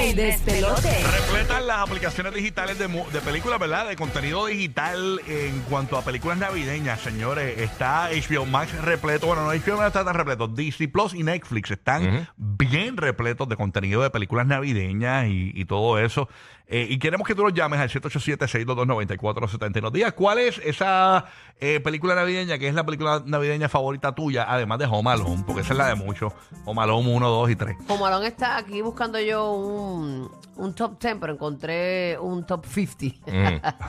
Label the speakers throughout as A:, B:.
A: El despelote.
B: Repletan las aplicaciones digitales de, mu- de películas, ¿verdad? De contenido digital en cuanto a películas navideñas, señores. Está HBO Max repleto. Bueno, no HBO no está tan repleto. Disney Plus y Netflix están bien repletos de contenido de películas navideñas y, y todo eso. Eh, y queremos que tú nos llames al 787-622-9470 y nos digas cuál es esa eh, película navideña que es la película navideña favorita tuya, además de Home Alone, porque esa es la de muchos. Home Alone 1, 2 y 3.
C: Como Alon está aquí buscando yo un, un top 10, pero encontré un top 50
B: Mm.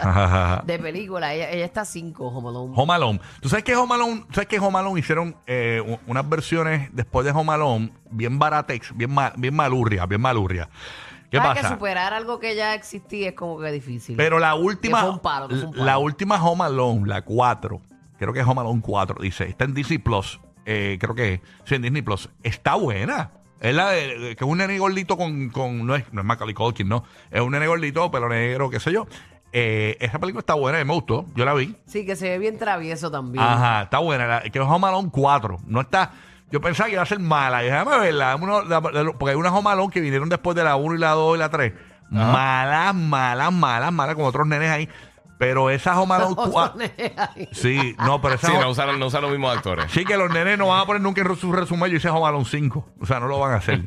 C: de película. Ella, ella está 5, Homalón.
B: Home Alone. ¿Tú sabes que Home Alone, ¿tú sabes que Home Alone hicieron eh, u- unas versiones después de Home Alone bien baratex, bien, ma- bien malurria, bien malurria? ¿Qué
C: Ah, que
B: pasa?
C: superar algo que ya existía es como que difícil.
B: Pero la última,
C: Que fue un palo, que fue un palo.
B: la última Home Alone, la 4, creo que es Home Alone 4, dice, está en Disney Plus, eh, creo que es, sí, en Disney Plus, está buena. Es la de, que es un nene gordito con, con no es, no es Macaulay Culkin, no, es un nene gordito, pelo negro, qué sé yo. Eh, esa película está buena, me gustó, yo la vi.
C: sí, que se ve bien travieso también.
B: Ajá, está buena. La, que es Home Alone 4. No está. Yo pensaba que iba a ser mala. Y dije, déjame verla. Dame uno- la- la- porque hay unas Home Alone que vinieron después de la 1 y la 2 y la 3. Malas, malas, malas, malas, con otros nenes ahí. Pero esas Home Alone 4. Sí, no, pero esas.
D: Sí,
B: Home-
D: no usan, no usan los mismos actores.
B: Sí, que los nenes no van a poner nunca en su resumen. Yo hice Home Alone 5. O sea, no lo van a hacer.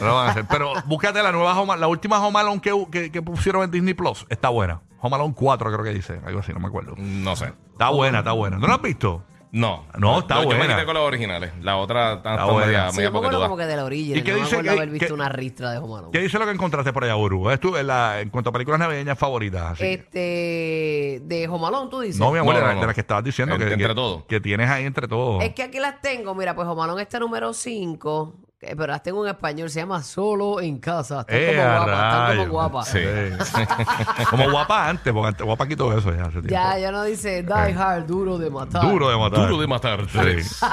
B: No lo van a hacer. Pero búscate la nueva Home La última Home Alone que, que, que pusieron en Disney Plus. Está buena. Home Alone 4, creo que dice. Algo así, no me acuerdo.
D: No sé.
B: Está buena, está buena. ¿No la has visto?
D: No.
B: No, está
D: Yo- Yo me
B: buena.
D: quedé con los originales. La otra está, está
B: buena.
D: media,
C: Sí,
D: media
C: yo me acuerdo
D: poquetuda.
C: como que de la orilla.
B: ¿Y qué
C: no me
B: dice
C: acuerdo
B: que-
C: haber visto
B: que-
C: una ristra de Homalón.
B: ¿Qué dice lo que encontraste por allá, Buru? Es tu- en, la- en cuanto a películas navideñas favoritas. así que-
C: Eh, Este, de Homalón, tú dices.
B: no, mi amor,
D: No,
B: de
D: no,
B: la-
D: no.
B: de las que estabas diciendo.
D: Entre-
B: que,
D: entre
B: que-
D: todos.
B: Que tienes ahí entre todos.
C: Es que aquí las tengo, mira, pues Homalón está número 5, pero las tengo en español, se llama Solo en Casa. Están
B: Eh,
C: como
B: a
C: guapas, están
B: rayos.
C: como guapas.
D: Sí.
B: Sí. como guapa antes, porque antes, guapa quitó eso ya hace tiempo.
C: Ya, ya no dice Die Hard, duro de matar.
B: Duro de matar.
D: Duro de matar.
B: Sí.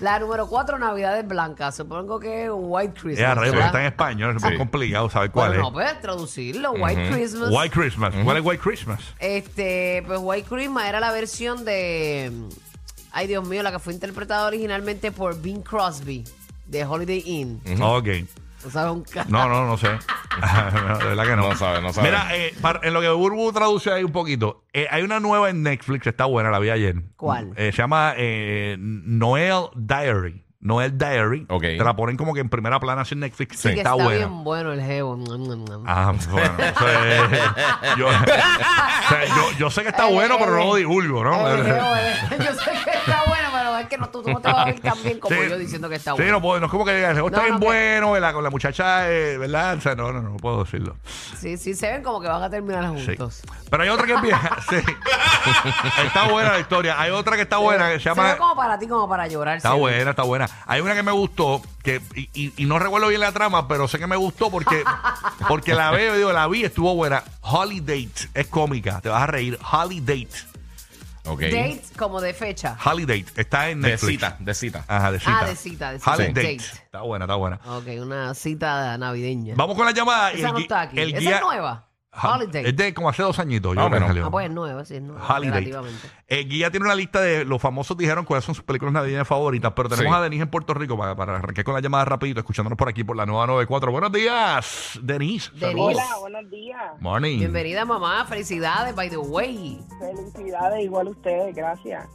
C: La número 4, Navidades Blancas. Supongo que es un White Christmas.
B: Es rayos, porque
C: ¿verdad?
B: está en español, es
D: Sí.
B: más complicado saber
C: Bueno,
B: cuál es.
C: no puedes traducirlo, White Christmas.
B: White Christmas. ¿Cuál es White Christmas?
C: Este, pues White Christmas era la versión de. Ay, Dios mío, la que fue interpretada originalmente por Bing Crosby de Holiday Inn.
B: Ok.
C: O sea, un ca-
B: No, no, no sé. No, de verdad que no.
D: No sabe, no sabe.
B: Mira, eh, para- en lo que Burbu traduce ahí un poquito, eh, hay una nueva en Netflix, está buena, la vi ayer.
C: ¿Cuál?
B: Eh, se llama eh, Noel Diary. Noel Diary.
D: Ok.
B: Te la ponen como que en primera plana así en Netflix.
C: Sí, que está,
B: buena.
C: bien bueno el jevo. Está
B: Ah, bueno. eso es- yo, o sea, yo- yo sé que está bueno, pero no lo divulgo,
C: El
B: ¿no?
C: jevo, eh, yo sé que está bueno, pero es que no, tú, tú no te vas a ver tan bien como yo diciendo que está
B: sí,
C: bueno.
B: no puedo, no es como que digas, "Oh, está
C: No,
B: bien
C: no, que-
B: bueno, ¿verdad? con la muchacha, eh, ¿verdad? O sea, no, no, no puedo decirlo.
C: Sí, sí, se ven como que van a terminar juntos.
B: Sí. Pero hay otra que es vieja. sí. Está buena la historia. Hay otra que está buena que se
C: Se
B: llama.
C: ve como para ti, como para llorar.
B: Está
C: se ve.
B: buena, está buena. Hay una que me gustó, que, y, y- y no recuerdo bien la trama, pero sé que me gustó porque, porque la veo, digo, la vi, estuvo buena. Holiday es cómica, te vas a reír. Holiday.
D: Ok.
C: Date como de fecha.
B: Holiday está en
D: De
B: Netflix.
D: cita, de cita.
B: Ajá, de cita.
C: Ah, de cita, de cita.
B: Holiday.
C: Sí.
B: Está buena, está buena.
C: Ok, una cita navideña.
B: Vamos con la llamada. y
C: Esa no
B: gui-
C: está aquí.
B: el
C: Esa
B: guía-
C: es nueva.
B: Ajá,
C: Holiday.
B: Es de como hace dos añitos. Yo creo
D: Ah,
B: que
D: bueno.
B: salió.
C: Ah, pues es nueva, sí, es nueva.
B: Holiday.
C: relativamente.
B: Eh, Guilla tiene una lista de los famosos dijeron cuáles son sus películas navideñas favoritas, pero tenemos
D: Sí.
B: a Denise en Puerto Rico para, para arrancar con la llamada rapidito, escuchándonos por aquí por la nueva 94. Buenos días, Denise.
C: Denise.
B: Saludos.
E: Hola, buenos días.
B: Morning.
C: Bienvenida, mamá. Felicidades, by the way.
E: Felicidades igual a ustedes, gracias.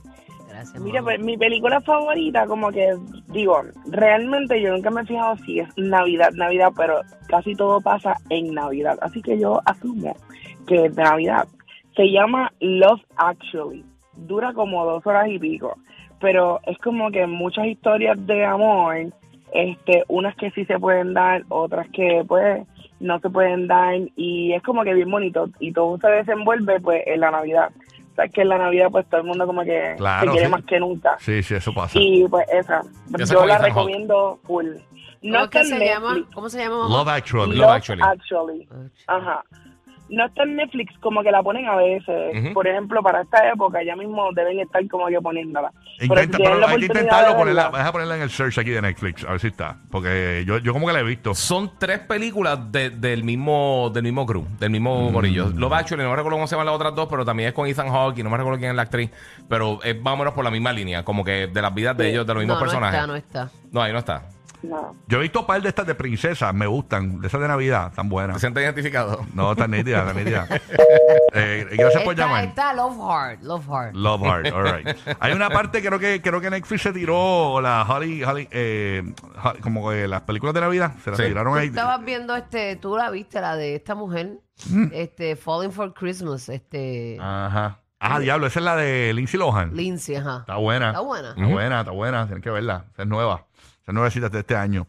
C: Gracias,
E: Mira,
C: mamá.
E: pues mi película favorita, como que digo, realmente yo nunca me he fijado si es Navidad, Navidad, pero casi todo pasa en Navidad. Así que yo asumo que es de Navidad. Se llama Love Actually. Dura como dos horas y pico, pero es como que muchas historias de amor, este, unas que sí se pueden dar, otras que pues no se pueden dar y es como que bien bonito y todo se desenvuelve pues en la Navidad. O sea, que en la Navidad pues todo el mundo como que
B: Claro,
E: se quiere
B: sí.
E: más que nunca.
B: Sí, sí, eso pasa.
E: Y pues esa,
D: Esa
E: yo
D: con
E: la
D: Ethan Hawke.
E: recomiendo full.
C: ¿Cómo,
E: No
C: es que
E: está en
C: se
E: Netflix.
C: llama? ¿Cómo se llama? mamá?
B: Love Actually.
D: Love Actually.
E: Actually. Ajá. No está en Netflix, como que la ponen a veces. Por ejemplo, para esta época ya mismo deben estar como que poniéndola. Pero si
B: Intenta,
E: tienen
B: pero
E: la
B: hay que
E: oportunidad
B: intentarlo,
E: de
B: ponerla,
E: verla,
B: deja ponerla en el search aquí de Netflix, a ver si está. Porque yo, yo como que la he visto.
D: Son tres películas de- del mismo del mismo crew, del
B: Mm.
D: mismo gorillo. Love Actually, no recuerdo cómo se llaman las otras dos, pero también es con Ethan Hawke y no me recuerdo quién es la actriz. Pero es más o menos por la misma línea, como que de las vidas de ellos, de los mismos
C: no,
D: personajes.
C: No está, no está.
D: No, ahí no está.
E: no.
B: Yo he visto un par de estas de princesas, me gustan, de esas de Navidad, tan
D: ¿Se
B: buenas.
D: siente identificado?
B: No, tan nítidas, tan nítidas. Eh, gracias por
C: Está,
B: llamar.
C: está Love Hard, Love Hard.
B: Love Hard, all right. Hay una parte, creo que creo que Netflix se tiró la Holly, Holly, eh, Holly- como que las películas de Navidad, se las
D: Sí.
B: tiraron ahí.
C: Estabas viendo este, tú la viste, la de esta mujer, este, Falling for Christmas, este,
B: Ajá. Mm. Ah, diablo, esa es la de Lindsay Lohan.
C: Lindsay, ajá.
B: Está buena.
C: Está buena.
B: Está buena, está buena. Tienen que verla. Esa es nueva. Esa es nuevecita de este año.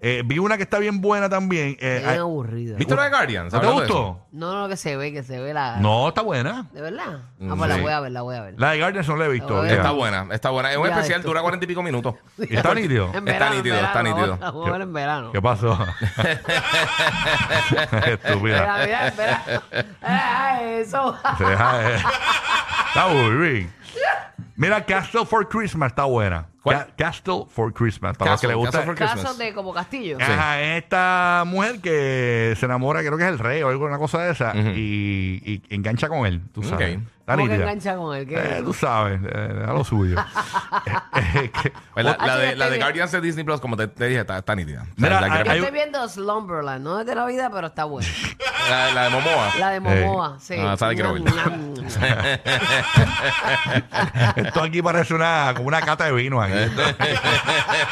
B: Eh, vi una que está bien buena también. Eh,
C: Bien
B: hay-
C: aburrida.
D: ¿Viste lo de Guardians?
B: ¿No te
D: Hablando de
B: gustó?
C: No, no, que se ve, que se ve la...
B: No, está buena.
C: ¿De verdad? Ah, pues la
D: Sí.
C: voy a ver, la voy a ver.
B: La de Guardians no la he visto.
C: Está
B: ya.
D: eso. Está buena, está buena. Es un
C: Ya,
D: especial,
C: esto.
D: dura cuarenta y pico minutos.
B: Está nítido.
C: En
D: Está
C: verano, en
D: nítido,
C: verano,
D: está nítido.
C: La voy a ver en verano.
B: ¿Qué pasó?
C: Pero,
B: Estúpida.
C: mira, espera. Ah, eso.
B: Se deja, eh. Está aburrido. Mira, Castle for Christmas está buena.
D: ¿Cuál?
B: Ca- Castle for Christmas. Para los que
D: Castle,
B: le gusta.
D: Castle for Christmas.
C: Casos de como Castillo.
B: Ajá, esta mujer que se enamora, creo que es el rey o alguna cosa de esa, y, y engancha con él, tú sabes.
D: Ok.
B: Está
C: ¿Cómo que
B: nítida.
C: engancha con él? ¿Qué?
B: Eh, tú sabes, eh, a lo suyo. Eh, eh, que-
D: Pues La,
C: Ah,
D: la
C: sí,
D: de,
C: la
D: la de
C: estoy
D: Guardians de Disney Plus, como te, te dije, está, está nítida. O sea,
B: Mira,
D: la,
C: Yo
D: que-
B: hay-
C: estoy viendo Slumberland, no es de la vida, pero está buena.
D: la- la de Momoa.
C: La de Momoa, sí. Mm,
D: Ah, esa la quiero ver.
C: Ñam, ñam, ñam.
B: Esto aquí parece una, como una cata de vino. Aquí.
D: Eh.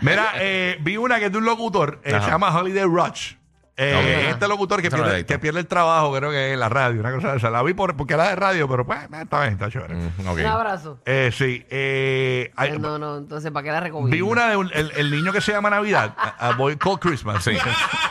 B: Mira, eh, vi una que es de un locutor, eh,
D: Ajá.
B: se llama Holiday Rush. Eh,
D: Ok.
B: Este locutor que
D: Esa no la he
B: pierde,
D: visto.
B: que pierde el trabajo, creo que en la radio, una cosa de esa. La vi por, porque era de radio, pero pues, eh, está bien, está chévere.
D: Mm, ok.
C: Un abrazo.
B: Eh, sí, eh, hay-
C: No, no, entonces, ¿para qué la recomiendo?
B: vi una de un- el, el niño que se llama Navidad, a, a Boy Called Christmas.
D: Sí.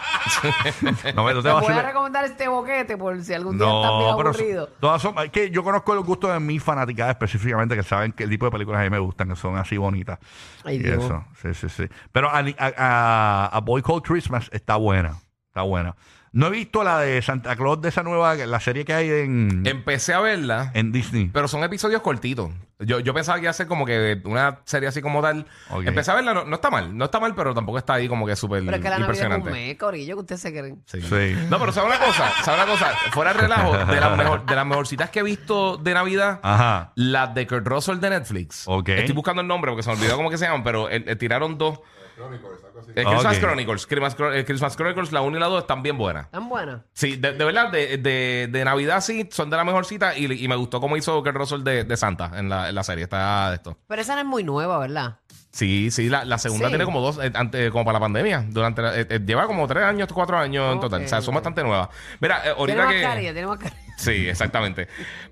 B: No, me- no te
C: Te
B: vas
C: voy
B: a
C: a
B: hacer-
C: recomendar este boquete por si algún día estás bien
B: No, pero
C: aburrido.
B: son- todas son, es que yo conozco los gustos de mis fanaticadas específicamente que saben que el tipo de películas a mí me gustan, que son así bonitas.
C: Ay,
B: y
C: Dios.
B: eso, sí, sí, sí. Pero a, a, a- a Boy Called Christmas está buena, está buena. No he visto la de Santa Claus de esa nueva, la serie que hay en, en,
D: Empecé a verla,
B: Eh. Disney.
D: pero son episodios cortitos. Yo, yo pensaba que iba a ser como que una serie así como tal.
B: Ok.
D: Empecé a verla, no, no está mal, no está mal, pero tampoco está ahí como que súper
C: Pero es que la Navidad es un
D: impresionante.
C: mes, corillo, que ustedes se creen.
D: Sí.
B: Sí.
D: No, pero sabe una cosa, sabe una cosa, fuera de relajo, de las mejor, de las mejorcitas que he visto de Navidad,
B: Ajá.
D: las de Kurt Russell de Netflix.
B: Ok.
D: Estoy buscando el nombre porque se me olvidó cómo que se llaman, pero eh, eh, tiraron dos. Eh, Christmas
B: Ok.
D: Chronicles, Christmas, Chron- eh, Christmas Chronicles, la 1 y la 2 están bien buenas.
C: ¿Tan buena?
D: Sí, de, de verdad, de, de, de Navidad sí, son de la mejor cita y, y me gustó cómo hizo Kurt Russell de, de Santa en la, en la serie. Está de esto.
C: Pero esa no es muy nueva, ¿verdad?
D: Sí, sí, la, la segunda
C: Sí.
D: tiene como dos, eh, antes, como para la pandemia. durante la- eh, eh, Lleva como tres años, cuatro años en
C: Ok,
D: total. O sea, son
C: ok.
D: bastante nuevas. Mira, eh,
C: Tiene
D: ahorita
C: más
D: que...
C: carilla, tiene más carilla.
D: Sí, exactamente.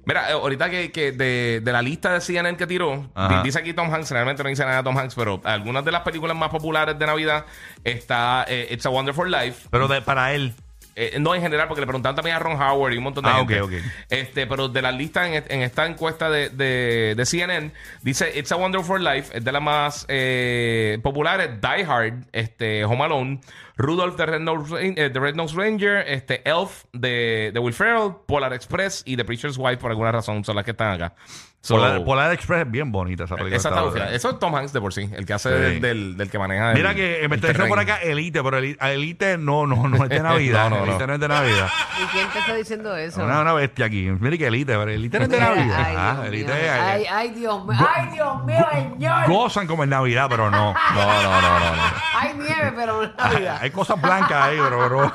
D: Mira, eh, ahorita que, que de, de la lista de CNN que tiró,
B: Ajá.
D: di- dice aquí Tom Hanks, realmente no dice nada de Tom Hanks, pero algunas de las películas más populares de Navidad está eh, It's a Wonderful Life.
B: Pero de- para él.
D: Eh, no en general, porque le preguntaron también a Ron Howard y un montón de
B: Ah,
D: gente.
B: ok, ok.
D: Este, pero de la lista en, est- en esta encuesta de, de- de CNN, dice It's a Wonderful Life, es de las más eh, populares, Die Hard, este, Home Alone, Rudolph the Red Nose, Ran- eh, the Red Nose Ranger, este, Elf de, de Will Ferrell, Polar Express y The Preacher's Wife, por alguna razón, son las que están acá. So,
B: Polar, Polar Express es bien bonita esa película.
D: esa
B: está
D: está
B: buena.
D: bufiada. Eso es Tom Hanks de por sí, el que hace
B: Sí.
D: del, del- del que maneja. el-
B: Mira que eh, me
D: el
B: está diciendo por
D: terreno.
B: acá Elite, pero Elite, Elite no, no, no es de Navidad.
D: No, no, no.
B: Elite no es de Navidad.
C: ¿Y quién te está diciendo eso?
B: Una, una bestia aquí. Mire que Elite, pero Elite no es de Navidad. Ah,
C: Ay, Dios
B: Elite
C: mío.
B: es-
C: Ay, ay, Dios mío. Ay, Dios mío, señor.
B: gozan como en Navidad, pero no.
D: No, no, no, no. no.
C: Hay nieve, pero no es Navidad.
B: Hay cosas blancas ahí, pero bro.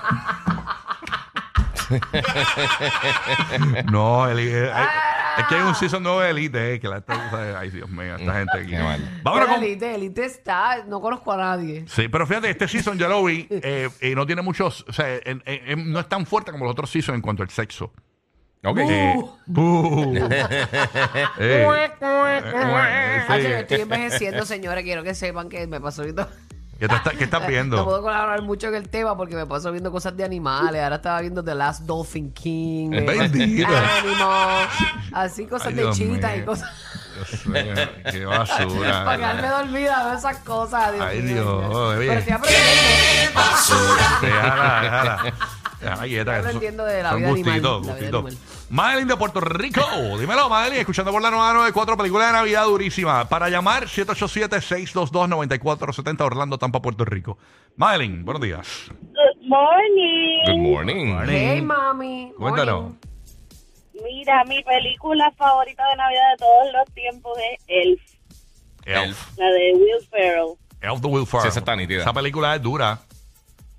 B: no, el- eh, hay- es que hay un season nuevo de Elite, eh, que la está- Ay, Dios mío, esta gente aquí.
D: Qué mal.
B: Vámonos
C: Pero
B: con-
C: Elite, Elite está, no conozco a nadie.
B: Sí, pero fíjate, este season ya lo vi eh, y no tiene muchos, o sea, en- en- en- no es tan fuerte como los otros seasons en cuanto al sexo.
D: Ok.
B: Eh,
C: Uh.
B: buh. Eh, eh,
C: Ay, yo
B: sí.
C: estoy envejeciendo, señores. Quiero que sepan que me paso viendo.
B: ¿Qué, te está- qué estás
C: No
B: viendo?
C: puedo colaborar mucho en el tema porque me paso viendo cosas de animales. Ahora estaba viendo The Last Dolphin King, eh,
B: Bendito.
C: Animal, así cosas
B: Ay,
C: de
B: Dios
C: chitas y
B: mío.
C: cosas.
B: Dios mío, qué basura.
C: Para quedarme dormida de esas cosas. Dios
B: Ay,
C: mío,
B: Dios, oye.
C: Pero estoy aprendiendo.
B: Déjala, déjala. Déjala
C: Yo
B: quieta,
C: no
B: que son-
C: entiendo de la
B: son
C: vida animal,
B: gustitos,
C: la vida
B: gustitos.
C: animal.
B: Madeline de Puerto Rico, dímelo Madeline, escuchando por la 994 película de Navidad durísima. Para llamar 787-622-9470 Orlando, Tampa, Puerto Rico. Madeline, buenos días.
E: Good morning.
D: Good morning.
C: Hey, mami.
B: Cuéntanos.
C: Morning.
E: Mira, mi película favorita de Navidad de todos los tiempos es Elf,
B: Elf.
E: la de Will Ferrell.
B: Elf the Will Ferrell.
D: Sí, esa está nítida.
B: Esa película es dura.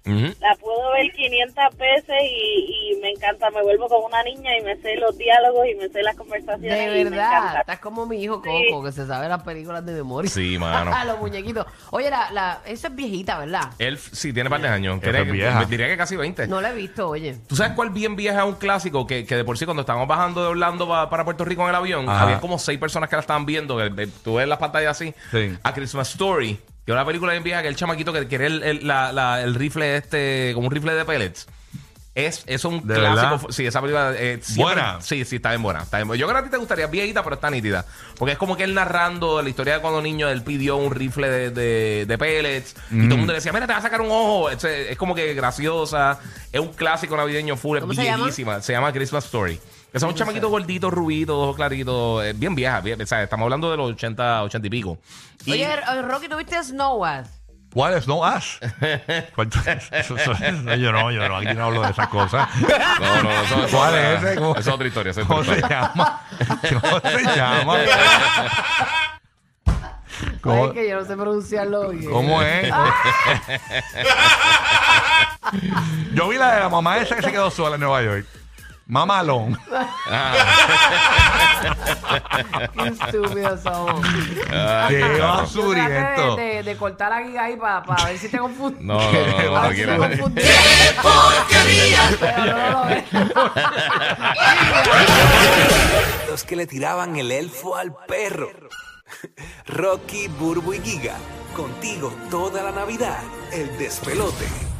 D: Ujú.
E: La puedo ver 500 veces y, y me encanta. Me vuelvo como una niña y me sé los diálogos y me sé las conversaciones.
C: De
E: y Me
C: verdad,
E: encanta.
C: estás como mi hijo
E: Sí.
C: Coco, que se sabe las películas de memoria.
D: Sí, mano.
C: A los muñequitos. Oye, la, la, esa es viejita, ¿verdad?
D: Elf, sí, tiene par de años. Tiene-
B: es vieja.
D: Diría que casi 20.
C: No la he visto, oye.
D: ¿Tú sabes cuál bien vieja es un clásico? Que, que de por sí, cuando estábamos bajando de Orlando pa- para Puerto Rico en el avión,
B: Ajá.
D: había como seis personas que la estaban viendo. que- que tú ves las pantallas así.
B: Sí.
D: A Christmas Story, que es una película bien vieja, que el chamaquito que quiere el, el- la- la- el rifle este, como un rifle de pellets. Es, es un
B: ¿De
D: clásico.
B: verdad?
D: Sí, esa película. eh, siempre-
B: Buena.
D: Sí, sí, está bien buena. Está bien buena. Yo creo que a ti te gustaría, es viejita, pero está nítida. Porque es como que él narrando la historia de cuando niño él pidió un rifle de, de, de pellets. Y
B: Mm.
D: todo el mundo le decía, mira, te va a sacar un ojo. Este, Es, como que graciosa. Es un clásico navideño full.
C: ¿Cómo
D: Es
C: se llama?
D: viejísima. Se llama Christmas Story. Que son un chamaquito gordito, rubito, ojos claritos. eh, bien vieja. bien- o sea, estamos hablando de los 80, 80 y pico. Y-
C: Oye, R- Rocky, ¿tuviste Snow White?
B: ¿Cuál es? No, Ash. ¿Cuál- eso- eso- eso- yo no, yo no, aquí no hablo de esas cosas.
D: No, no, eso- eso-
B: ¿Cuál es ese?
D: Es otra historia. eso es otra
B: ¿Cómo se
D: historia.
B: llama? ¿Cómo se llama?
C: Oye,
B: ¿Cómo,
C: que yo no sé pronunciarlo bien.
B: cómo es?
D: Ah.
B: Yo vi la de la mamá esa que se quedó sola en Nueva York. Mamalón.
C: Qué estúpidos somos.
B: Qué
C: Yo traté
B: basuriento.
C: de, de- de cortar la guía ahí para ver si te confundí.
D: No, no, no, no, no,
C: A ver si
D: quiero-
C: te
B: Ah,
C: confundí. Pero no lo es.
F: Los que le tiraban el elfo al perro. Rocky, Burbu y Giga. Contigo toda la Navidad. El despelote.